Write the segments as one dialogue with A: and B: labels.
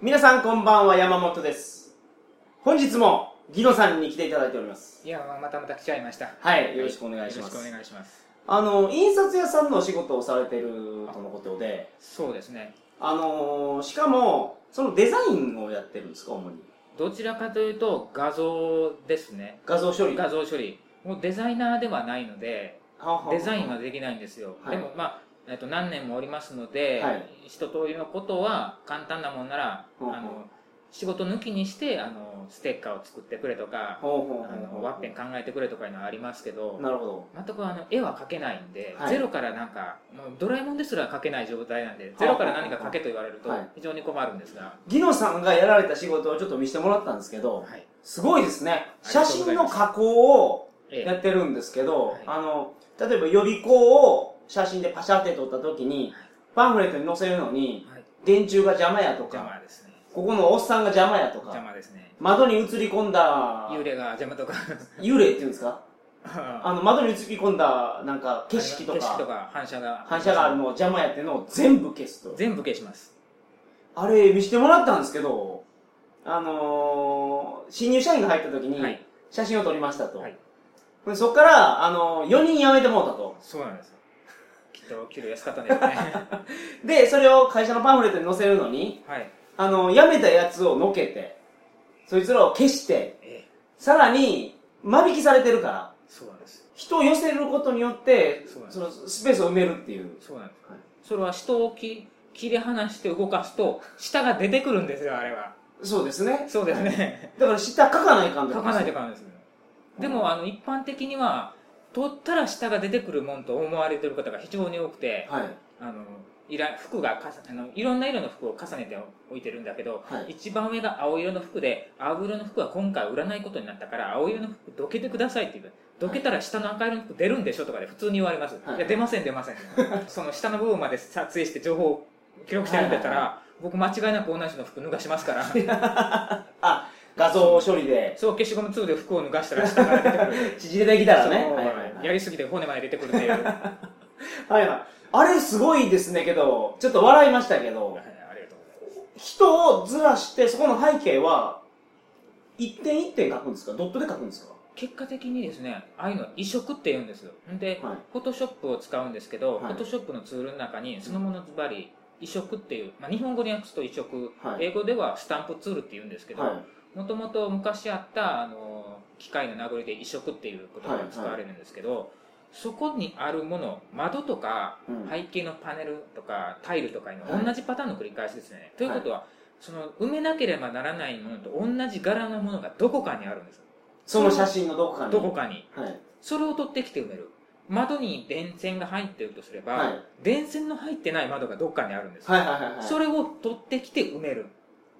A: 皆さんこんばんは、山本です。本日も、ギノさんに来ていただいております。
B: いや、まあまたまた来ちゃいました。
A: はい、よろしくお願いします。
B: よろしくお願いします。
A: あの、印刷屋さんのお仕事をされてるとのことで、
B: そうですね。
A: あのーしかも、そのデザインをやってるんですか、主に。
B: どちらかというと画像ですね。
A: 画像処理。
B: 画像処理。もうデザイナーではないので、デザイン
A: は
B: はできないんですよ。
A: はい
B: でもまあ、えっと、何年もおりますので、
A: はい
B: 一通りのことは簡単なもんなら、
A: ほうほう
B: あの仕事抜きにしてあのステッカーを作ってくれとか、
A: ほうほうほう
B: あのワッペン考えてくれとかいうのはありますけど、
A: なるほど。
B: 全くあの絵は描けないんで、
A: はい
B: ゼロからなんかもうドラえもんですら描けない状態なんでゼロから何か描けと言われると
A: はい
B: 非常に困るんですが、
A: ギノさんがやられた仕事をちょっと見せてもらったんですけど、
B: はい
A: すごいですね。
B: ありが
A: 写
B: とうござ
A: 真
B: い
A: の
B: ます
A: 加工を、
B: え
A: や
B: え
A: ってるんですけど、
B: はい
A: あの例えば予備校を写真でパシャって撮った時にパンフレットに載せるのに
B: はい、
A: 電柱が邪魔やと
B: 邪魔
A: か
B: ですね
A: ここのおっさんが邪魔やと
B: 邪
A: か
B: 魔ですね
A: 窓に映り込んだ
B: 幽霊が邪魔とか
A: 幽霊っていうんですかあ
B: あ
A: の窓に映り込んだなんか景色と
B: 景色
A: か
B: とか反射が
A: 反射があるのを邪魔やってのを全部消すと
B: 全部消します
A: あれ見せてもらったんですけどあのー、新入社員が入った時に
B: はい
A: 写真を撮りましたと、
B: はい
A: でそこから、あのー、4人辞めてもうたと
B: そうなんですよきっと給料安かったんですね
A: で、それを会社のパンフレットに載せるのに、
B: はい、
A: あの、辞めたやつをのけて、そいつらを消して、
B: ええ、
A: さらに、間引きされてるから、
B: そうなんです
A: 人を寄せることによって、
B: そうなんです
A: そのスペースを埋めるっていう。
B: そうなんです、
A: はい
B: それは人をき切り離して動かすと下が出てくるんですよあれは
A: そうですね。
B: そうですね、
A: だから下書かないかんと
B: 書かないといけないんですよで
A: うん
B: もあの一般的には取ったら下が出てくるもんと思われてる方が非常に多くて
A: はい。
B: あのいら服がかさあのいろんな色の服を重ねて置いてるんだけど、
A: はい
B: 一番上が青色の服で青色の服は今回売らないことになったから青色の服どけてくださいって言うどけたら下の赤色の服出るんでしょとかで普通に言われます、
A: はい
B: い、や出ません出ませんその下の部分まで撮影して情報を記録してるんだったら、
A: はい
B: 僕間違いなく同じの服脱がします から
A: あ、画像処理で、
B: そう消しゴム2で服を脱がしたら下から出てくる
A: 縮れてきたらね。
B: そう
A: はいはいはい
B: やりすぎて骨まで出てくるっていうはいあ
A: はいはい。あれすごいですねけど、ちょっと笑いましたけど、
B: りがとうございます
A: 人をずらして、そこの背景は、一点一点書くんですかドットで書くんですか
B: 結果的にですねああいうのは移植って言うんですよで、
A: はい
B: フォトショップを使うんですけど、
A: はい
B: フォトショップのツールの中にそのものズバリ移植っていう、まあ、日本語で訳すと移植、
A: はい
B: 英語ではスタンプツールって言うんですけど
A: はい。
B: もともと昔あったあの機械の名残で移植っていう言葉が使われるんですけど、そこにあるもの窓とか
A: うん
B: 背景のパネルとかタイルとかいうの
A: は
B: はい同じパターンの繰り返しですね、ということはその埋めなければならないものと同じ柄のものがどこかにあるんです
A: その写真のどこかに。
B: どこかに
A: はい。
B: それを取ってきて埋める窓に電線が入っているとすれば、
A: はい
B: 電線の入ってない窓がどっかにあるんです、
A: はいはいはいはい。
B: それを取ってきて埋める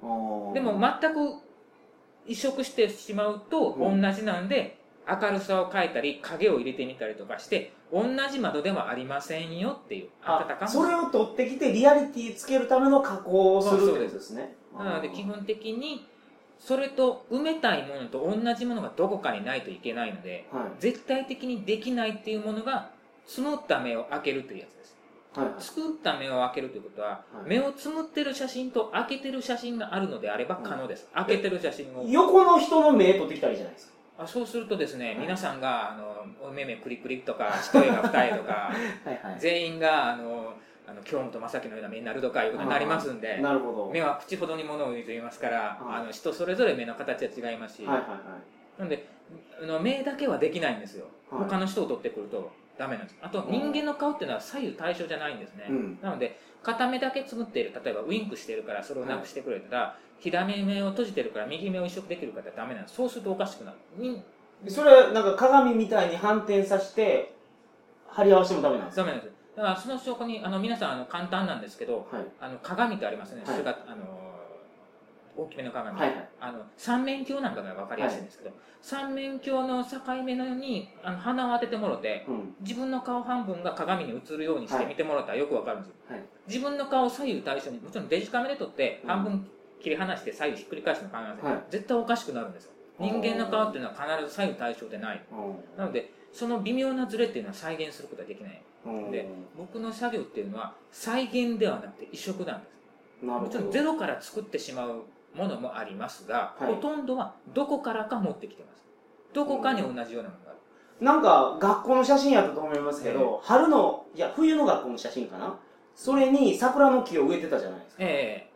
A: おー
B: でも、全く移植してしまうと
A: う
B: 同
A: ん
B: じなんで、明るさを変えたり影を入れてみたりとかして同じ窓ではありませんよっていう
A: あ
B: 暖か
A: それ
B: さ
A: を取ってきてリアリティつけるための加工をするって
B: そ
A: こ
B: うそう
A: と
B: で
A: ですすね。
B: なので基本的にそれと埋めたいものと同じものがどこかにないといけないので
A: はい。
B: 絶対的にできないっていうものがつむった目を開けるというやつです
A: はいはい。
B: 作った目を開けるということは、
A: はい
B: 目をつむってる写真と開けてる写真があるのであれば可能です、開けてる写真を
A: 横の人の目取ってきたらいいじゃないです
B: あそうするとですね、
A: い
B: 皆さんがあのお目目クリクリとか一重が二重と か
A: か。はいは
B: 全員があのあの京本政樹のような目になるとかいうことになりますんで
A: なるほど。はい
B: 目は口ほどにものを言うと言いますから
A: ああ
B: あの人それぞれ目の形は違いますし、
A: はいは
B: なのであの目だけはできないんですよ、
A: はい
B: 他の人を取ってくるとダメなんですあと人間の顔っていうのは左右対称じゃないんですね、
A: うん
B: なので片目だけつむっている例えばウインクしてるからそれをなくしてくれたら、左目を閉じてるから右目を移植できる方はダメなんですそうするとおかしくなるに
A: い。それ、なんか鏡みたいに反転させて、貼り合わせてもダメなんです
B: ダメなんですだからその証拠にあの皆さんあの簡単なんですけど
A: かはい。
B: あの鏡ってありますよね、
A: はい
B: それがあの大きめの鏡、
A: はいはい
B: あの三面鏡なんかが分かりやすいんですけど、三面鏡の境目のようにあの鼻を当ててもろて
A: うん。
B: 自分の顔半分が鏡に映るようにして見てもらったらよく分かるんですよ、
A: はい。
B: 自分の顔を左右対称にもちろんデジカメで撮って
A: うん
B: 半分切り離して左右ひっくり返すの考えますけど、
A: はい
B: 絶対おかしくなるんですよ人間の顔っていうのは必ず左右対称でないなのでその微妙なズレっていうのは再現することはできない
A: うん。うん
B: で僕の作業っていうのは再現ではなくて移植なんです
A: なる
B: も
A: ほ
B: ちろん
A: ど。
B: ゼロから作ってしまうものもありますが、
A: はい
B: ほとんどはどこからか持ってきてますどこかに同じようなものがある、
A: なんか、学校の写真やったと思いますけど、春の、いや、冬の学校の写真かな。それに桜の木を植えてたじゃないですか。
B: え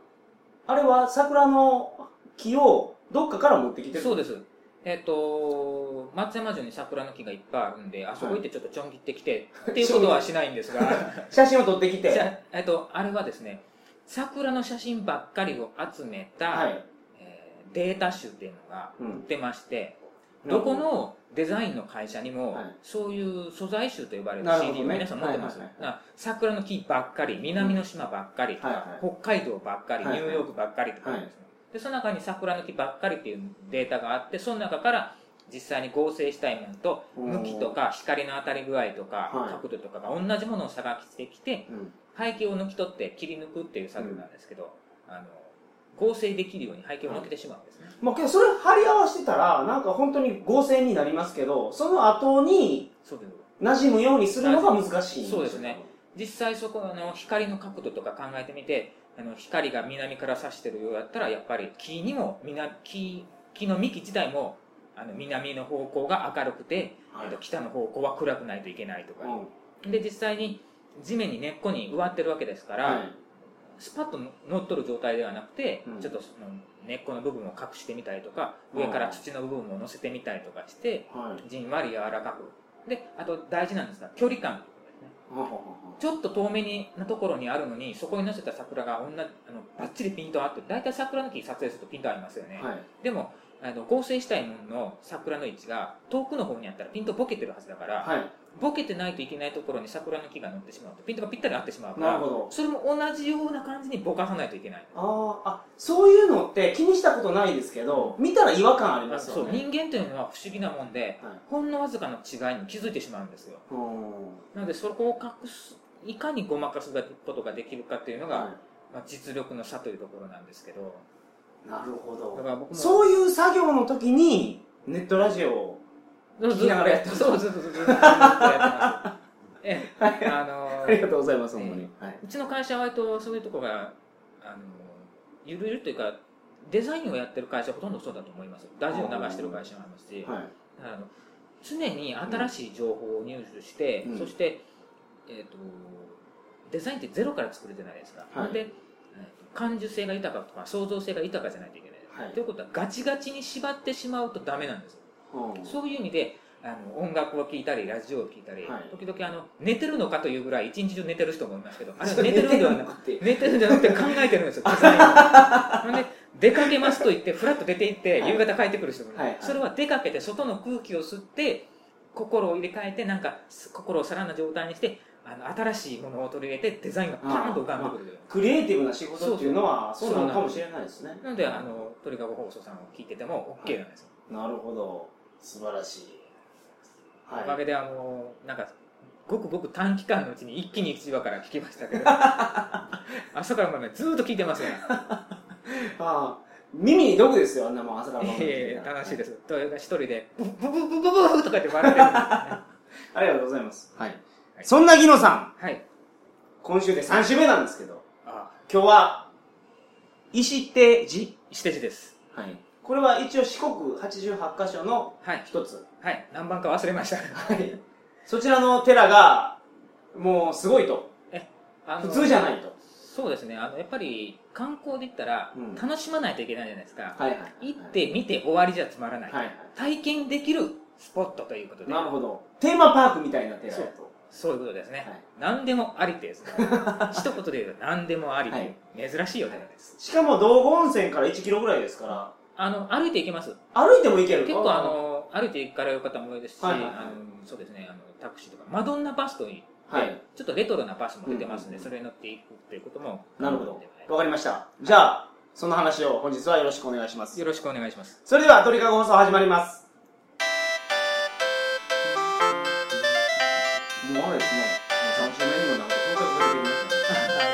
A: あれは桜の木をどっかから持ってき
B: え
A: てる
B: そうですえっ、と松山城に桜の木がいっぱいあるんであそこ行ってちょっとちょん切ってきて、っていうことはしない んですが
A: 写真を撮ってきて。
B: じゃえっと、あれはですね、桜の写真ばっかりを集めた、
A: はい。
B: えーデータ集っていうのが
A: うん
B: 売ってまして、どこのデザインの会社にも、
A: はい
B: そういう素材集と呼ばれる
A: なるほどね
B: CD を皆さん持ってます。
A: はいはい
B: だから桜の木ばっかり、南の島ばっかりとか、
A: はいはい
B: 北海道ばっかり、ニ
A: はい
B: ュー
A: はい
B: ヨークばっかりとかあるんですね、で、その中に桜の木ばっかりっていうデータがあって、その中から実際に合成したいものと、向きとか光の当たり具合とか
A: はい、
B: 角度とかが同じものを探してきて、
A: うん。
B: 背景を抜き取って切り抜くっていう作業なんですけど、あの合成できるように背景を抜けてしまうんですね、
A: まあ、けどそれ貼り合わせてたら、なんか本当に合成になりますけど、その後に
B: そうです
A: 馴染むようにするのが難しいんよ
B: そうですね。実際そこあの光の角度とか考えてみてあの光が南から差してるようだったらやっぱり木にも南木木の幹自体もあの南の方向が明るくて、
A: はい
B: えっと北の方向は暗くないといけないと
A: う
B: か、
A: ん。
B: で実際に地面に根っこに植わってるわけですから、
A: はい。
B: スパッと乗っ取る状態ではなくて、
A: うん
B: ちょっとその根っこの部分を隠してみたりとか上から土の部分を乗せてみたりとかして
A: はい。
B: じんわり柔らかくであと大事なんですが距離感
A: ははは
B: ちょっと遠めになところにあるのにそこに乗せた桜が同じあのバッチリピント合ってる大体桜の木撮影するとピント合いますよね、
A: ははい。
B: でもあの合成したいものの桜の位置が遠くの方にあったらピントボケてるはずだから、
A: はい。
B: ボケてないといけないところに桜の木が乗ってしまうとピントがぴったり合ってしまうか
A: な
B: ら
A: るほど。
B: それも同じような感じにぼかさないといけない
A: ああ、あ、そういうのって気にしたことないですけど、見たら違和感あります
B: そ
A: よ
B: う
A: ね。
B: 人間というのは不思議なもんで
A: はい。
B: ほんのわずかの違いに気づいてしまうんですよ
A: うん。
B: なのでそこを隠すいかにごまかすことができるかっていうのが、
A: は
B: まあ、実力の差というところなんですけど
A: い。なるほ
B: だか
A: ど。
B: ら僕も
A: そういう作業の時に、ネットラジオを。
B: う
A: 聞きながらやってます
B: そうそうそうそうずっとやってますえ
A: はい
B: えあの
A: ありがとうございます、ほんまに。はい。
B: うちの会社は割とそういうところがあのゆるゆるというかデザインをやってる会社はほとんどそうだと思いますラジオ流してる会社もありますし、
A: はい。
B: あの常に新しい情報を入手して、
A: うん
B: そして、えー、とデザインってゼロから作るじゃないですか、
A: はい
B: で、えーと感受性が豊かとか創造性が豊かじゃないといけない、
A: はい
B: ということはガチガチに縛ってしまうとダメなんですよ
A: うん
B: そういう意味であの音楽を聴いたりラジオを聴いたり、
A: はい
B: 時々あの寝てるのかというぐらい一日中寝てる人もいますけどあれは寝てるんではなく
A: て。
B: 寝てるんじゃなくて考えてるんですよ、デザインをほんで、出かけますと言って、ふらっと出て行って、
A: はい
B: 夕方帰ってくる人もいる、
A: はいはい
B: それは出かけて、外の空気を吸って、心を入れ替えて、なんか、す心をさらな状態にして、あの新しいものを取り入れて、デザインがパーンと浮かんでくる。
A: クリエイティブな仕事っていうのは、そ
B: そ
A: うう
B: そう
A: なのかもしれないですね。
B: なので、あの、鳥籠放送さんを聞いてても OK なんですよ。
A: なるほど。素晴らしい。は
B: おか
A: い。
B: げで、あの、なんか、ごくごく短期間のうちに一気に1話から聞きましたけど、朝からまでずーっと聞いてますね。
A: ああ、耳に毒ですよ、あんなもん、朝から晩まで
B: いえいえ楽しいです。というか一人で、ブブブブブブブとかって笑ってるんですね。
A: ありがとうございます。はい。
B: はい
A: そんなギノさん、
B: はい。
A: 今週で3週目なんですけど、
B: あ
A: 今日は、石手寺。
B: 石手寺です。
A: はい。これは一応四国88カ所の
B: はい。
A: 一つ。
B: はい。何番か忘れました。
A: はい。そちらの寺が、もうすごいと。
B: あ。
A: 普通じゃないいと。
B: そうですね。あの、やっぱり観光で行ったら
A: うん、
B: 楽しまないといけないじゃないですか。
A: はいはい。
B: 行って、見て、終わりじゃつまらない。
A: はいはい。
B: 体験できるスポットということで。
A: なるほど。テーマパークみたいな寺だと。
B: そういうことですね。
A: はい
B: 何でもあり ってやつ。一言で言うと何でもあり。
A: はい
B: 珍しいお寺です。
A: しかも道後温泉から1キロぐらいですから、
B: あの、歩いて行けます。
A: 歩いても行ける
B: 結構あの歩いて行かれる方も多いですし、
A: はいはいはい
B: あのそうですねあのタクシーとかマドンナバスといって、
A: はい
B: ちょっとレトロなバスも出てますんで、
A: うん
B: それに乗っていくっていうことも
A: なるほどわかりましたじゃあその話を本日はよろしくお願いします
B: よろしくお願いします
A: それでは鳥かご放送始まりますもうあれですねもう3週目にもなんか到着出てきましたね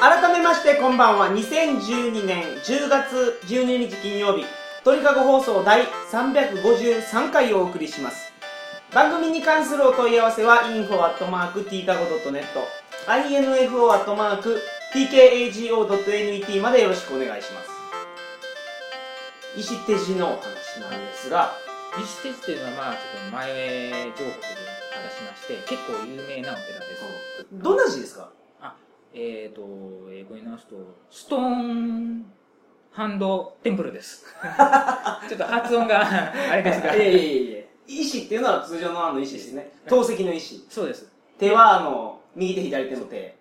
A: 改めましてこんばんは2012年10月12日金曜日鳥かご放送第353回をお送りします番組に関するお問い合わせは info.tkago.net info.tkago.net までよろしくお願いします石手寺のお話なんですが
B: 石手寺というのはまあちょっと前情報で話しまして結構有名なお寺です、
A: どんな字ですか
B: えっ、と英語に直すとストーンハンドテンプルです ちょっと発音が あれですが
A: いえいえいえ石っていうのは通常のあの石ですね
B: はい
A: 透析の石
B: そうです
A: 手はあの右手左手の手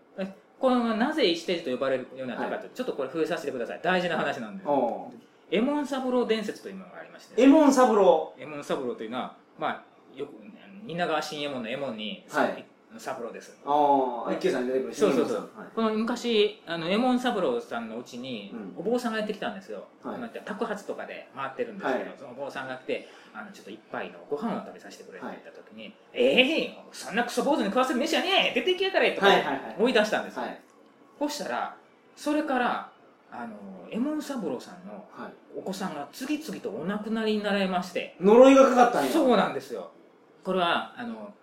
B: このなぜ石手寺と呼ばれるようになったかと、ちょっとこれ触れさせてください大事な話なんで
A: おう
B: エモン三郎伝説というものがありまして
A: エモン三郎
B: エモン三郎というのは、まあ、よく、ね、蜷川新右衛門のエモンに、
A: はい
B: 三郎です。
A: ああ一休さんに出てくる
B: そうそう
A: 新聞
B: そう
A: さんはい
B: この昔、あの、エモン三郎さんのうちに、
A: う
B: お坊さんがやってきたんですよ。
A: はい
B: まあ宅発とかで回ってるんですけど、
A: はい
B: そのお坊さんが来て、あの、ちょっと一杯のご飯を食べさせてくれって言った時に、ええそんなクソ坊主に食わせる飯やねえ出て行きやがれとか
A: はいはいはい
B: 追い出したんですよ。
A: はい
B: そしたら、それから、あの、エモン三郎さんの
A: はい
B: お子さんが次々とお亡くなりになられまして、
A: 呪いがかかったんや
B: そうなんですよこれはあの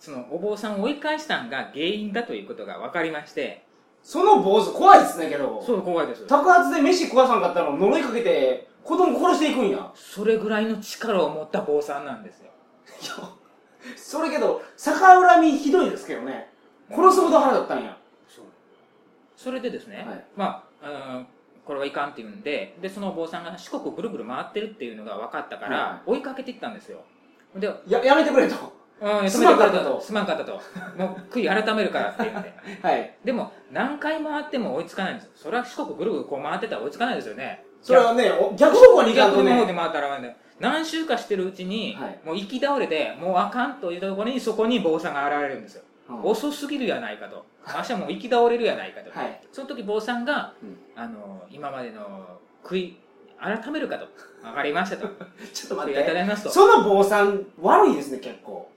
B: そのお坊さんを追い返したんが原因だということが分かりまして
A: その坊主怖いっすねけど
B: そう怖いです
A: 宅発で飯食わさんかったら呪いかけて子供殺していくんやいや
B: それぐらいの力を持った坊さんなんですよ
A: それけど逆恨みひどいですけどね殺すほど腹だったんや
B: そうそれでですね、
A: はい
B: まあ、うんこれはいかんって言うんででそのお坊さんが四国をぐるぐる回ってるっていうのが分かったから、
A: は
B: 追いかけていったんですよで、うん、
A: ややめてくれと
B: 止
A: す
B: め
A: ま
B: て
A: ん
B: く
A: か
B: れ
A: ったと
B: すまんかったともう悔い改めるからって言うんで
A: はい
B: でも何回回っても追いつかないんですよそれは四国ぐるぐるこう回ってたら追いつかないですよね
A: それはねお逆方向に行かん
B: 逆
A: と
B: の方
A: ね
B: で回ったらね何周かしてるうちに、
A: はい
B: もう行き倒れてもうあかんというところにそこに坊さんが現れるんですよ、
A: うん
B: 遅すぎるやないかと明日もう行き倒れるやないかと、
A: はい
B: その時坊さんが、
A: うん
B: あの今までの悔い改めるかと分かりましたと
A: ちょっと 待
B: 悔
A: っ
B: い改
A: て
B: めますと
A: その坊さん悪いですね結構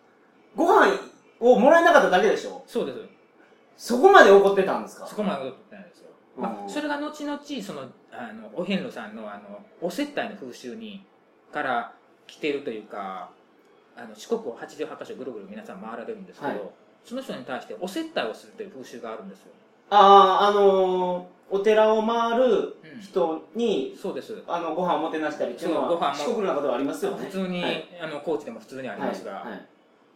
A: ご飯をもらえなかっただけでしょ
B: そうです
A: そこまで怒ってたんですか
B: そこまでことってないですよ、ま
A: う
B: あ、
A: ん
B: それが後々そのあのお遍路さんのあのお接待の風習にから来てるというかあの四国を88カ所ぐるぐる皆さん回られるんですけど、
A: はい
B: その人に対してお接待をするという風習があるんですよ、
A: あああのー、お寺を回る
B: う
A: 人に
B: ん、そうです
A: あのご飯をもてなしたりっていう
B: そう
A: の
B: ご飯
A: は
B: も
A: 四国の中ではありますよね
B: 普通に、
A: はい
B: あの高知でも普通にありますが、
A: はいはい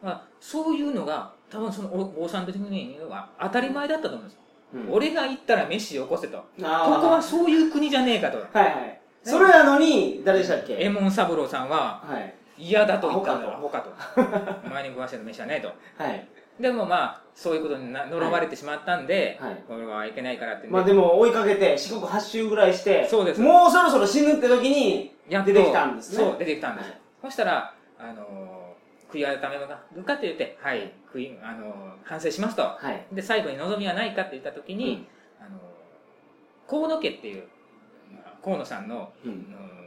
B: まあ、そういうのが多分そのお坊さん的には当たり前だったと思うんですよ、
A: うん
B: 俺が行ったら飯よこせとここ
A: あー
B: はそういう国じゃねえかと
A: はいはいそれなのに誰でしたっけ
B: 右衛門三郎さんは
A: はい
B: 嫌だと言ったんだ
A: ア
B: アホかと お前に食わせる飯はねえと
A: はい
B: でもまあそういうことにな呪われてしまったんで、
A: はい
B: これはいけないからってんで
A: まあでも追いかけて四国8周ぐらいして
B: そうです
A: もうそろそろ死ぬって時に
B: やっと
A: 出てきたんですね
B: そう出てきたんです、
A: はい
B: そしたらあのー悔い改めがるかって言ってはい悔い、あのー反省しますと
A: はい
B: で最後に望みはないかって言った時に、あのー河野家っていうまあ河野さんの、
A: うんう
B: あ
A: ん
B: のー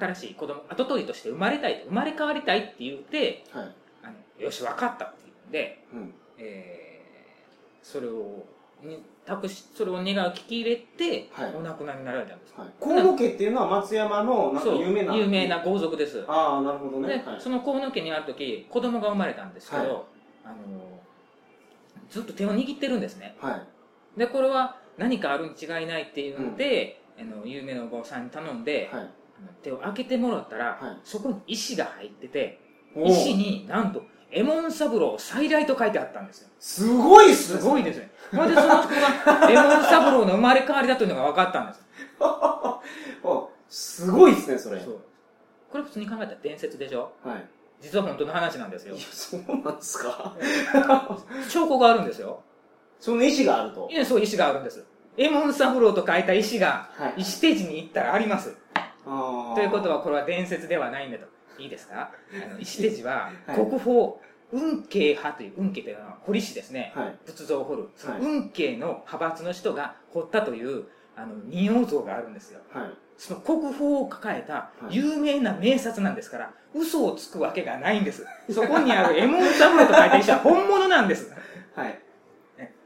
B: 新しい子供跡取りとして生まれたい生まれ変わりたいって言って
A: はい
B: あのよし分かったって言うんで
A: うん
B: えーそれをに託しそれを願いを聞き入れて、
A: はい
B: お亡くなりになられたんです、
A: はい河野家っていうのは松山のなんか
B: そう
A: 有名な
B: 有名な豪族です
A: ああなるほど
B: で、
A: ねはい
B: その河野家にある時子供が生まれたんですけど、
A: はい
B: あのーずっと手を握ってるんですね
A: はい
B: でこれは何かあるに違いないっていうんで、あの有名なお坊さんに頼んで、
A: はい
B: あの手を開けてもらったら、
A: はい
B: そこに石が入ってて
A: おう
B: 石になんと「エモン三郎再来」と書いてあったんですよ
A: すごいっす
B: す
A: ね
B: ごいですね。までその子がレモン三郎の生まれ変わりだというのが分かったんですよ。
A: あすごいっすねそれ
B: そうこれ普通に考えたら伝説でしょ
A: はい
B: 実は本当の話なんです
A: い
B: よ
A: や。そうなんですか
B: 証拠があるんですよ。
A: その意思があると
B: いや、そう、石があるんです。エモン三郎と書いた石が、
A: はい
B: 石定地に行ったらあります。
A: あー
B: ということは、これは伝説ではないんだと。いいですかあの石定地は、
A: はい
B: 国宝、運慶派という、運慶というのは堀氏ですね。
A: はい
B: 仏像を彫る。その
A: はい
B: 運慶の派閥の人が彫ったという、あの、仁王像があるんですよ。
A: はい
B: その国宝を抱えた有名な名刹なんですから、嘘をつくわけがないんです。そこにあるエモンサムロと書いた石は本物なんです。
A: はい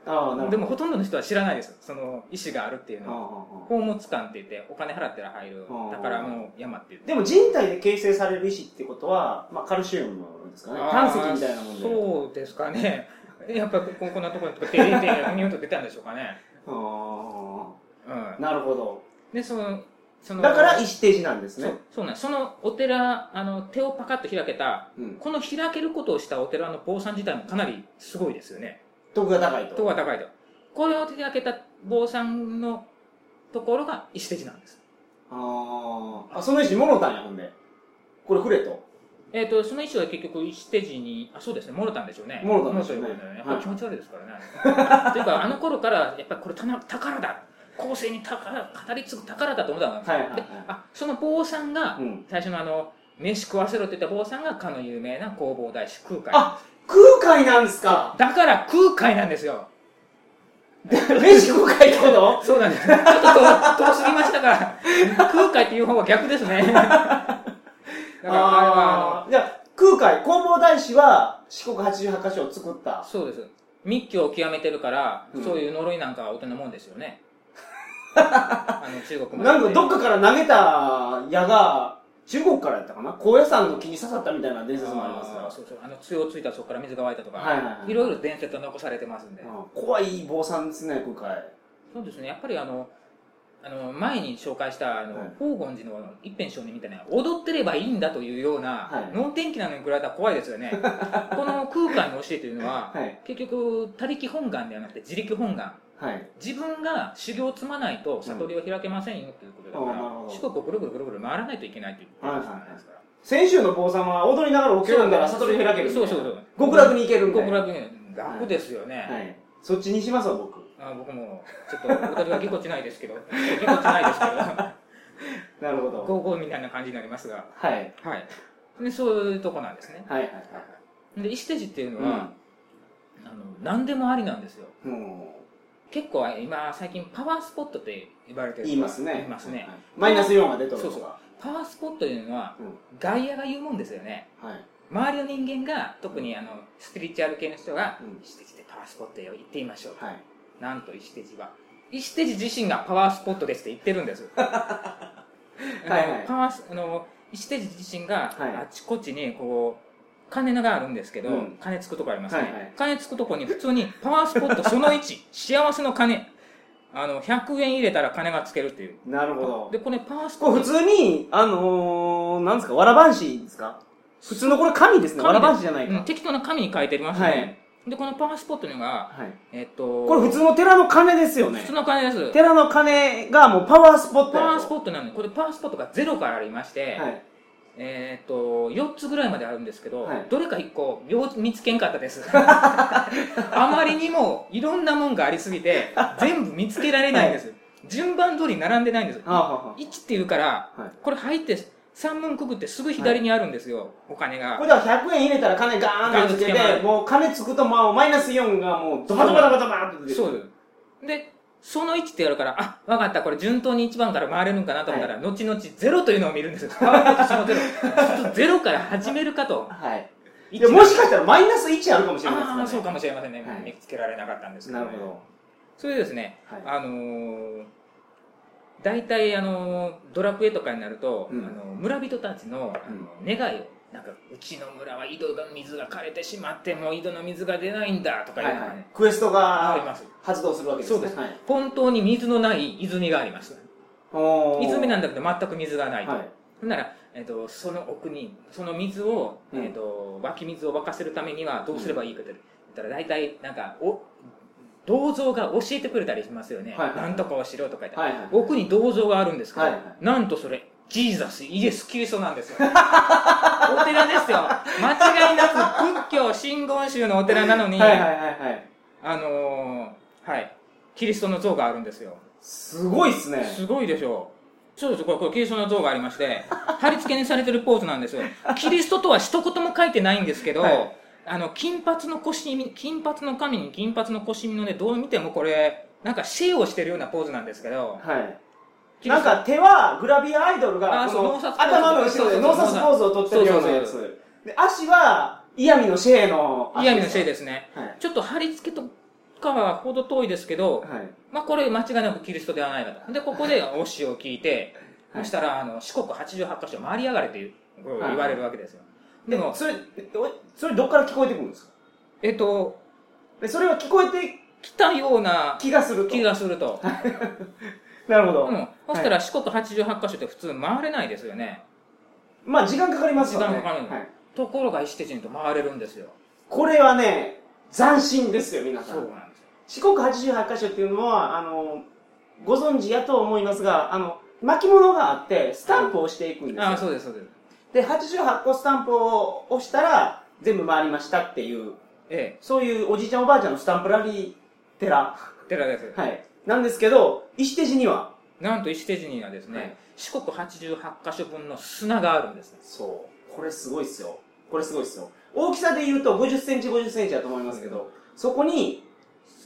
A: ああ、なるほど。
B: でもほとんどの人は知らないですその意思があるってい
A: あ
B: う
A: あ
B: のは
A: あああ
B: 宝物館って言ってお金払ったら入る
A: ああ
B: 宝の山って言っ
A: あ
B: て
A: でも人体で形成される石ってことは、まあ、カルシウムですかね。胆石みたいなもんで。
B: そうですかねやっぱこここんなところにとかてれんてれんにゅんと出たんでしょうかね
A: あ
B: うん
A: あなるほど。
B: でそのその
A: だから石定寺なんです
B: そ
A: ね
B: う。そうなんですそのお寺あの手をパカッと開けた
A: うん。
B: この開けることをしたお寺の坊さん自体もかなりすごいですよね
A: 徳が高い
B: 塔
A: と。
B: が高いとこれを手で開けた坊さんのところが石手寺なんです
A: ああ。あ、その石もろたんや、ほんで。これくれと。
B: えっ、とその石は結局石手寺にあそうですねもろたんでしょうね
A: もろたんでしょうね
B: もろたんでしょうねやっ
A: はい
B: ぱ気持ち悪いですから ねというかあの頃からやっぱりこれ宝宝だ後世に宝語り継ぐ宝だと思ったわけですよ、
A: はいはいはい
B: であその坊さんが、
A: うん
B: 最初のあの飯食わせろって言った坊さんがかの有名な弘法大師空海
A: あ空海なんです か
B: だから空海なんですよ
A: 飯空海ってこと
B: そうなんです。ちょっと遠遠すぎまし たが、空海っていう方は逆ですね。だから彼は
A: ああ。じゃあ、空海、弘法大師は四国八十八箇所を作っ
B: あの、
A: た。
B: そうです。密教を極めてるから、
A: うん
B: そういう呪いなんかは大人もんですよ ね。あの中国
A: なんかどっ
B: か
A: かから投げた矢が、中国からやったかな高野山の木に刺さったみたいな伝説もありますから。
B: そうそう。あの、杖をついたらそこから水が湧いたとか、
A: はいはいはい
B: ろいろ伝説が残されてますんで。
A: うん怖い坊さんですね、空海。
B: そうですね。やっぱりあの、あの前に紹介したあの、
A: はい
B: 宝厳寺の一辺少年みたいな踊ってればいいんだというような、
A: はい
B: 能天気なのに比べたら怖いです よねこの空間の教えというのは、
A: はい。
B: 結局他力本願ではなくて自力本願
A: はい。
B: 自分が修行を積まないと悟りを開けませんよということだか
A: うんあーな
B: ら
A: るほ、ど
B: 四国をぐるぐるぐるぐる回らないといけないということなんですから、
A: 先週の坊さんは踊りながらお経を読んだら悟り開けるみたい
B: そう
A: な。
B: そうそう
A: 極楽に行けるみたいな
B: 極楽に楽ですよね、
A: はい。そっちにしますわ、僕。
B: あー僕もちょっと私はぎこちないですけどぎこちないですけど
A: なるほ ど。
B: ゴーゴーみたいな感じになりますが、
A: はい。
B: はい、でそういうとこなんですね、
A: はいはい
B: で石手寺っていうの
A: は
B: は、あの何でもありなんですよ
A: い。うん。も
B: 結構今最近パワースポットって言われて
A: う、
B: る
A: 言いますね。
B: 言いますね
A: はいマイナス4が出とるとか。
B: そうパワースポットというのは、
A: うん
B: 外野が言うもんですよね
A: はい。
B: 周りの人間が特にあのスピリチュアル系の人が
A: うん
B: 「石手寺でパワースポットへ行ってみましょう」
A: はい。
B: なんと石手寺は石手寺自身がパワースポットですって言ってるんです あの
A: はいはい
B: パワースあの石手寺自身が
A: はい
B: あちこちにこう金があるんですけど、
A: うん
B: 金つくとこありますね、
A: はいはい
B: 金つくとこに普通にパワースポットその1 幸せの金あの100円入れたら金がつけるっていう
A: なるほど。
B: でこれパワースポ
A: これ
B: ッ
A: 普
B: ト
A: 通に、あのー、なんですか、わらばんしですか普通のこれ紙ですね。わらばんしじゃないか。
B: うん適当な紙に書いてありますね、でこのパワースポットのが
A: はい。
B: えっと
A: これ普通の寺の鐘ですよね
B: 普。通の金です
A: 寺の鐘がもうパワースポット
B: パ
A: やと
B: ワースポットなのでこれパワースポットがゼロからありまして、
A: はい。
B: えー、と4つぐらいまであるんですけど、
A: はい
B: どれか1個よう見つけんかったです あまりにもいろんなもんがありすぎて全部見つけられないんです、順番通り並んでないんです
A: あはは
B: 1っていうから、
A: はい
B: これ入って3文くぐってすぐ左にあるんですよ、お金が
A: これでは100円入れたら金ガーンってつけ
B: ガーンとつけま
A: て、
B: す
A: もう金つくとまあマイナス4がもうドバドバドバドバって出て
B: そうですでその1ってやるからあ分かったこれ順当に1番から回れるんかなと思ったら、後々ゼロというのを見る んですよパワーポットそのゼロちょっとゼロから始めるかと
A: はい。
B: 一
A: でもしかしたらマイナス1あるかもしれないです
B: ああそう
A: か
B: かもしれませんね、
A: はい
B: 見つけられなかったんですけど、
A: ら
B: ね、
A: ね。なるほ
B: それでですね、
A: はい
B: あのー大体あのードラクエとかになると、
A: うん
B: あの村人たちのあの
A: う
B: 願いをなんかうちの村は井戸の水が枯れてしまってもう井戸の水が出ないんだとか
A: ど。
B: いう
A: は
B: の
A: い
B: がね、
A: はい。クエスト
B: あり
A: が
B: ます
A: 発動するわけですね。
B: そうです
A: はい。
B: 本当に水のない泉があります
A: おー
B: 泉なんだけど全く水がないと、
A: はい。
B: ほんなら、えっとその奥にその水を、
A: うん
B: えっと湧き水を沸かせるためにはどうすればいいかって言ったら大体なんかお銅像が教えてくれたりしますよね、
A: はいはい
B: なんとかをしろとか言って、
A: はいはい
B: 奥に銅像があるんですけど、
A: はいは
B: なんとそれジーザスイエス・キリストなんですよ お寺ですよ間違いなく仏教真言宗のお寺なのに、
A: はいはいはいはい。
B: あのーはいキリストの像があるんですよ
A: すごいっすね。
B: すごいでしょう。そうです、これ、これキリストの像がありまして、貼り付けにされてるポーズなんですよ。キリストとは一言も書いてないんですけど、
A: はい
B: あの、金髪の腰に、金髪の髪に金髪の腰にのね、どう見てもこれ、なんかシェイをしてるようなポーズなんですけど、
A: はい。
B: キリ
A: な
B: ス
A: ん
B: ト
A: か手はグラビアアイドルが
B: あー
A: この
B: そう脳撮ポーズ
A: 頭の後ろで脳札ポーズを取ってるようなや
B: そうそう
A: つ。で、足はイヤミのシェイの足
B: イヤミのシェイ
A: で
B: ですね。
A: す。はい。
B: ちょっと貼り付けと川ほど遠いですけど、
A: はい。
B: まあ、これ間違いなくキリストではないかと。で、ここでお師を聞いて、
A: はい
B: そしたら、あの、四国88カ所回りやがれという、こう言われるわけですよ。でも、
A: それ、おそれどっから聞こえてくるんですか
B: えっと、
A: でそれは聞こえて
B: 来たような
A: 気がすると。
B: 気がすると。
A: なるほど。
B: うん。そしたら四国88カ所って普通回れないですよね。
A: まあ時間かかりますからね。
B: 時間かかるの
A: はい。
B: ところが石手陣と回れるんですよ。
A: これはね、斬新ですよ、皆さ。
B: そうんなんですよ。
A: 四国88カ所っていうのは、あの、ご存知やと思いますが、あの、巻物があって、スタンプを押していくんですよ。
B: ああ、そうです、そうです。
A: で、88個スタンプを押したら、全部回りましたっていう、
B: え
A: そういうおじいちゃんおばあちゃんのスタンプラリー 寺。
B: え、寺です。
A: はい。なんですけど、石手寺には、
B: なんと石手寺にはですね、
A: はい
B: 四国88箇所分の砂があるんですね。
A: そう。これすごいっすよ。これすごいっすよ。大きさで言うと50センチ、50センチだと思いますけど、そこに、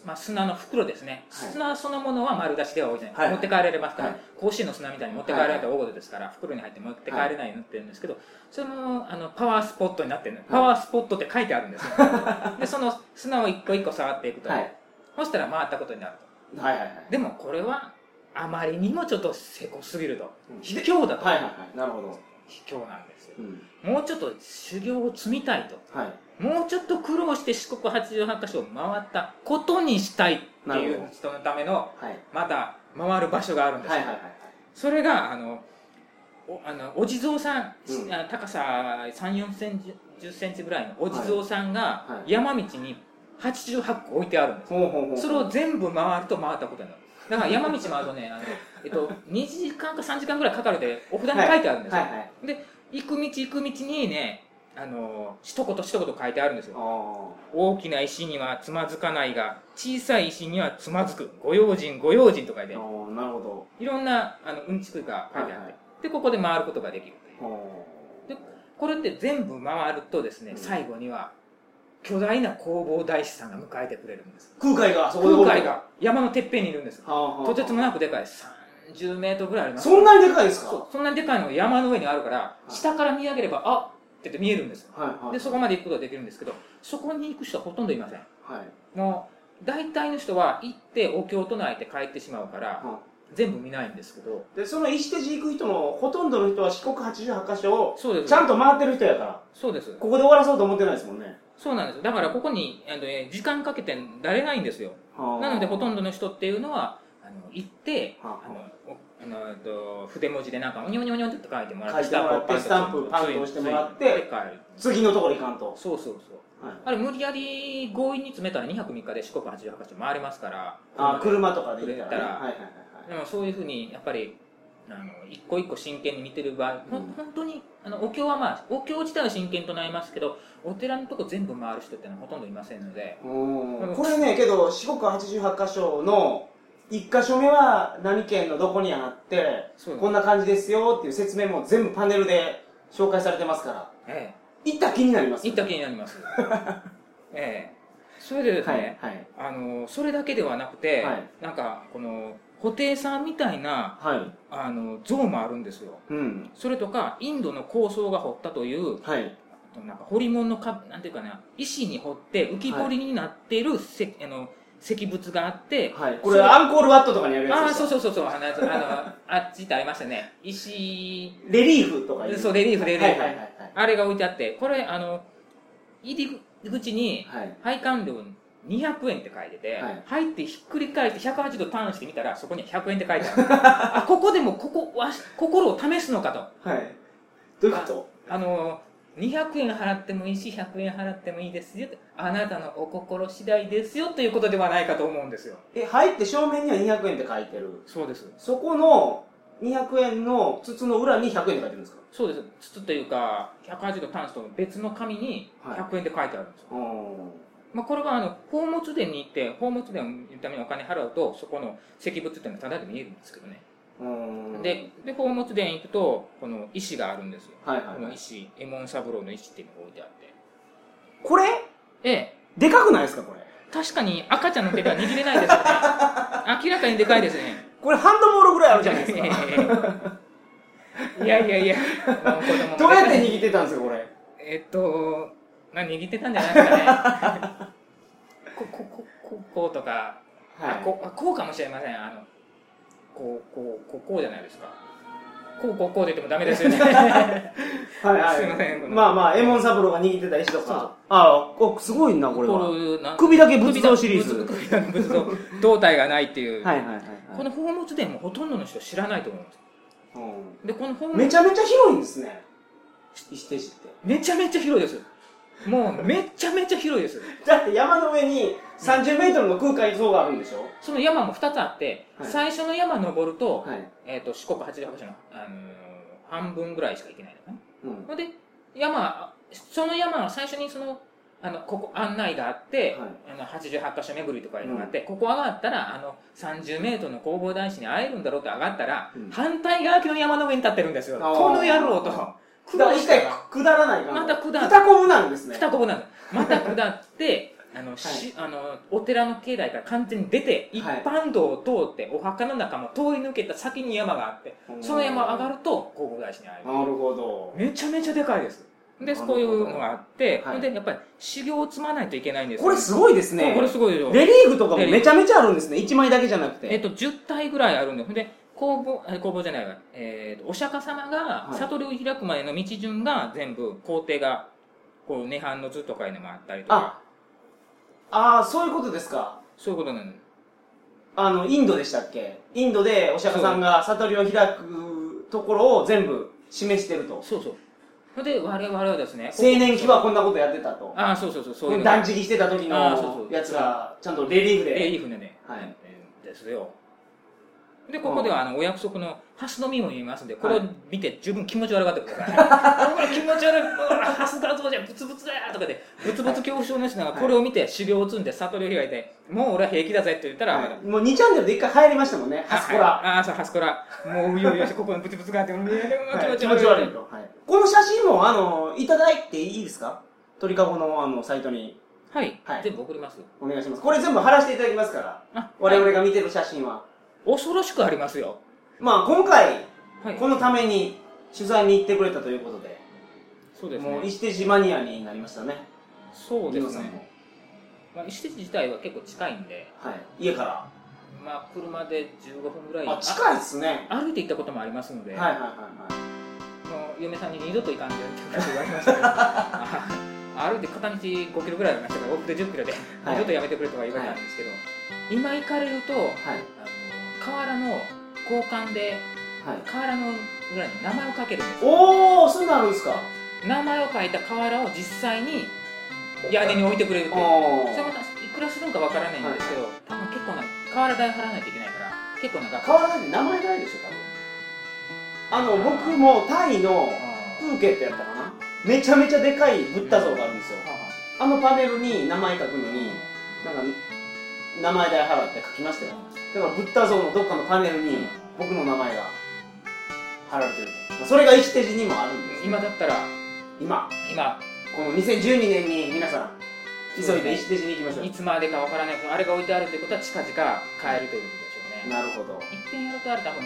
B: まあ、砂の袋ですね、
A: はい
B: 砂そのものは丸出しでは多いじゃない、
A: はい
B: 持って帰られますから、
A: はい
B: 甲子園の砂みたいに持って帰られたら大事ですから、袋に入って持って帰れないようになってるんですけど、そのあのパワースポットになってるの、パワースポットって書いてある んですよ、でその砂を一個一個触っていくと、
A: はい。
B: そしたら回ったことになると、
A: はいはいはい。
B: でもこれはあまりにもちょっとせこすぎると
A: う、ん
B: 卑怯だと、
A: はいはいはい。なるほど。
B: 卑怯なんですよ
A: う、ん。
B: もうちょっと修行を積みたいと。
A: はい。
B: もうちょっと苦労して四国88箇所を回ったことにしたいって
A: なる
B: い
A: ほ
B: う
A: ど
B: 人のための
A: はい。
B: また回る場所があるんですよ、
A: はいはいはい。
B: それがあのおあのお地蔵さん、
A: うん
B: あ高さ3 4センチ1 0センチぐらいのお地蔵さ
A: は
B: ん
A: いは
B: が
A: い
B: 山道に88個置いてあるんです、
A: ほうほうほう。
B: それを全部回ると回ったこ とになるだから山道回るとねあの、えっと、2時間か3時間ぐらいかかるってお札に書いてあるんですよ、
A: はいはい。
B: 行く道行く道にねあの一言一言書いてあるんですよ
A: あ
B: 大きな石にはつまずかないが小さい石にはつまずくご用心ご用心と書い
A: あ
B: て
A: ー。ああ、なるほど。
B: いろんなあのうんちくが書いてあ
A: は
B: って、
A: いはい
B: でここで回ることができる
A: ほう
B: でこれって全部回るとですね、
A: うん
B: 最後には巨大な弘法大師さんが迎えてくれるんです
A: 空海がそこで
B: 空海。が山のてっぺんにいるんです
A: はあはあはあ
B: とてつもなくでかい3 0メートルぐらいあります
A: そんなにでかいですか
B: そうそんなにでかいのが山の上にあるから
A: い
B: 下から見上げればあっって言って見えるんですよ
A: はいはい。
B: でそこまで行くことができるんですけどそこに行く人はほとんどいません
A: はい。
B: もう大体の人は行ってお経を唱えて帰ってしまうから、
A: は
B: 全部見ないんですけど
A: で、その石手寺行く人のほとんどの人は四国88箇所を
B: そうです
A: ちゃんと回ってる人やから、
B: そうです
A: ここで終わらそうと思ってないですもんね。
B: そうなんですよだからここにあの、ね、時間かけてられないんですよな
A: な
B: のでほと
A: ん
B: んどの人っていうのはあの行ってあ
A: はあ
B: のおあのえっと筆文字でなんかおにょおにょおにょって書いてもらって
A: 書いてもらってスタンプパンと押してもらって
B: ついつい帰る
A: 次のところ行かんと。
B: そうそうそう
A: はい
B: あれ無理やり強引に詰めたら2泊3日で四国88カ所回れますから
A: あー車とかで行ったらね。
B: 車
A: はいはいはい
B: でもそういうふうにやっぱりあの一個一個真剣に見てる場合、ほん
A: うん
B: 本当にあのお経はまあお経自体は真剣となりますけどお寺のとこ全部回る人ってのはほとんどいませんので
A: はいうん。これね、けど四国88箇所の1箇所目は何県のどこにあって、
B: そ
A: こんな感じですよっていう説明も全部パネルで紹介されてますから、
B: え
A: 行った気になります
B: え、行った気になります ええそれでです
A: はい
B: ね、
A: はい。
B: あのそれだけではなくて、
A: はい
B: なんかこの布袋さんみたいな
A: はい。
B: あの像もあるんですよ
A: うん。
B: それとかインドの高僧が掘ったという
A: はい。
B: なんか彫り物のかなんていうかな石に彫って浮き彫りになっている石,、あの石仏があって、
A: はい。
B: そ
A: これ
B: あ
A: アンコールワットとかにあるやつ
B: あ
A: です
B: ーそう
A: よ
B: そうそうそうあの やつあのあっちってありましたね石
A: レリーフとかいう。
B: そうレリーフレリーフ
A: はいはいはい
B: あれが置いてあってこれあの入り口に
A: はい。はい。
B: 配管料200円って書いてて、
A: はい
B: 入ってひっくり返して180度ターンしてみたらそこに100円って書いてあるあここでもここわし心を試すのかと
A: はい。どういうこと
B: あの200円払ってもいいし100円払ってもいいですよあなたのお心次第ですよということではないかと思うんですよ
A: え、入って正面には200円って書いてる。
B: そうです
A: そこの200円の筒の裏に100円って書いてるんですか
B: そうです筒というか180度ターンスと別の紙に
A: はい
B: 100円で書いてあるんですよ、
A: うーん。
B: まあ、これはあの宝物殿に行って宝物殿に行くためにお金払うとそこの石仏っていうのはただで見えるんですけどね、
A: うーん。
B: で、で宝物殿行くとこの石があるんですよ
A: はいは
B: こ
A: いは
B: の
A: い。
B: 石右衛門三郎の石っていうのが置いてあって
A: これ
B: ええ
A: でかくないですかこれ。
B: 確かに赤ちゃんの手では握れないですよ ね明らかにでかいですね
A: これハンドボールぐらいあるじゃないですか。
B: いやいやいや、もう子供も
A: どうやって握ってたんですかこれ。
B: えっと、まあ、握ってたんじゃないですかね。こ、こ、こ、こ、こうとか、
A: はい
B: あこうあこうかもしれませんあのこうこうこうこうじゃないですかこうこうこうで言ってもダメですよね
A: はいはい
B: すいませんこの
A: まあまあエモン三郎が握ってた石と
B: そうそう
A: かああおすごいなこれは首だけ仏像シリーズ
B: 首だけ仏像胴体がないっていう、
A: はいはいはいはい
B: この宝物殿もほとんどの人知らないと思います
A: う
B: でこの宝
A: んめ
B: 物
A: ちゃめちゃ広いんですね石手市って
B: めちゃめちゃ広いですもうめちゃめちゃ広いです
A: だって山の上に30メートルの空間像があるんでしょ
B: その山も2つあって、
A: はい
B: 最初の山登ると,、
A: はい
B: えー、と四国八十八所の、あのー半分ぐらいしか行けないのかな
A: うん
B: ほんで山その山は最初にそのあのここ案内があって、
A: はい
B: あの88箇所巡りとかいうのがあって、ここ上がったらあの30メートルの弘法大師に会えるんだろうと上がったら、
A: うん
B: 反対側の山の上に立ってるんですよ
A: あー
B: この野郎と
A: だから一回
B: が
A: 下らないかん
B: また下る
A: 二コブなんですね
B: 二こぶなんですまた下 ってあの、しあのお寺の境内から完全に出て一
A: はい
B: 般道を通って、お墓の中も通り抜けた先に山があってその山上がると弘法大師に会える
A: なるほど
B: めちゃめちゃでかいですで
A: なるほど
B: こういうのがあって、
A: はい
B: ほんでやっぱり修行を積まないといけないんです
A: これすごいです
B: ご
A: ね
B: これすごいでしょ
A: レリーフとかもめちゃめちゃあるんですね一枚だけじゃなくて
B: えっと、10体ぐらいあるんでほんで工房あ工房じゃないわ、えーとお釈迦様が
A: はい
B: 悟りを開くまでの道順が全部工程がこう涅槃の図とかいうのもあったりとか
A: あああそういうことですか
B: そういうことなの
A: あのインドでしたっけインドでお釈迦さんが悟りを開くところを全部示してると青
B: そうそうほんで我々はですね
A: 年期はこんなことやってたと
B: ああそうそうそうそういうの
A: 断食してた時
B: あーそうそ
A: の
B: う
A: やつがちゃんとレリーフ
B: えーい
A: で
B: い船ね、
A: はい
B: ですよでここではあのお約束のハスの実も言いますんでこれを見て十分気持ち悪がってくださ い、お前気持ち悪い もうハスだぞじゃブツブツだよとかでブツブツ恐怖症の人が
A: はい
B: これを見て修行を積んで悟りを開いてもう俺は平気だぜって言ったら、
A: はいもう2チャンネルで一回入りましたもんね
B: あ
A: ハスコラ
B: ああそうハスコラもううようよしてここにブツブツがあってもううようよ
A: はい
B: 気
A: 気
B: 持
A: 持
B: ち
A: ち
B: 悪
A: 悪
B: い
A: いとはいこの写真もあのいただいていいですか鳥かごのあのサイトに
B: はい、
A: はい
B: 全部送ります
A: お願いしますこれ全部貼らせていただきますから
B: あ
A: 我
B: はい
A: 々が見てる写真は
B: 恐ろしくありますよ
A: まあ今回
B: はい
A: このために取材に行ってくれたということで
B: そうです
A: もう
B: ね
A: 石手島マニアになりましたね
B: そうで
A: 皆
B: す
A: さん
B: ね
A: も、
B: まあ、石手地自体は結構近いんで
A: はい、家か
B: まあ、車で15分ぐらい
A: らあ近いっすね
B: あ歩いて行ったこともありますので、
A: はいはいはい
B: もう嫁さんに二度と行かんでって言われました けどあ歩いて片道5キロぐらいありましたから往復で10キロで、
A: はい
B: 二度とやめてくれとか言われたんですけど、今行かれると
A: はいはい
B: あの河原の交換で
A: はい
B: 河原の裏に名前を書けるんですよ
A: おおそうなるんですか
B: 名前を書いた河原を実際に屋根に置いてくれるっていう
A: お
B: それもいくらするのかわからないんですけど、多分結構な河原代払わないといけないから結構なんか
A: 川原で名前ないでしょ多分あの僕もタイのプーケットやったかなめちゃめちゃでかいブッダ像があるんですよあのパネルに名前書くのになんか名前代払って書きましたよだからブッダ像のどっかのパネルに僕の名前が貼られてると、まあそれが石手寺にもあるんです
B: 今だったら
A: 今
B: 今
A: この2012年に皆さん急いで石手寺に行きましょう
B: いつまでかわからないけどあれが置いてあるということは近々買えるということでしょうね
A: なるほど
B: 一遍やるとあれ多分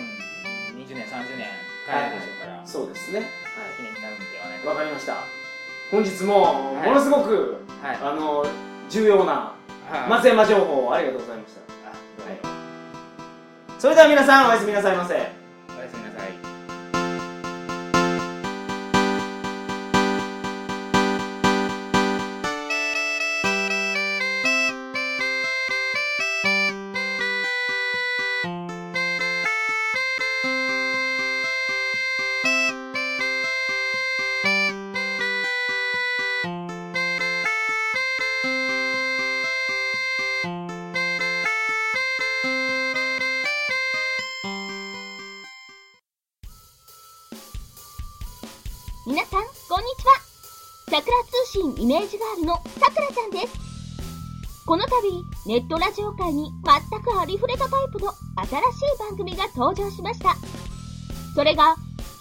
B: 20年30年買えるでしょうから、
A: そうですね
B: 記念になるんではない
A: はい
B: か
A: わかりました本日も
B: はい
A: ものすごく、
B: はい
A: あの重要な
B: はい
A: 松山情報をありがとうございました
B: あどうも
A: それでは皆さんおやすみなさいませ
B: おやすみなさい
C: 皆さん、こんにちは。桜通信イメージガールのさくらちゃんです。この度、ネットラジオ界に全くありふれたタイプの新しい番組が登場しました。それが、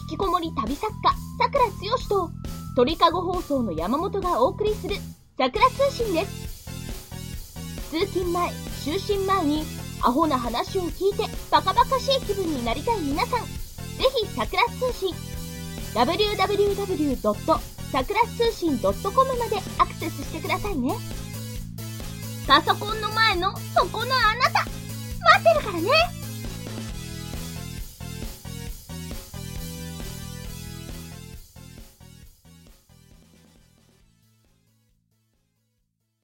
C: 引きこもり旅作家、さくらつよしと、鳥かご放送の山本がお送りする、桜通信です。通勤前、就寝前に、アホな話を聞いて、バカバカしい気分になりたい皆さん、ぜひ桜通信、www. さくら通信 .com までアクセスしてくださいね。パソコンの前のそこのあなた待ってるからね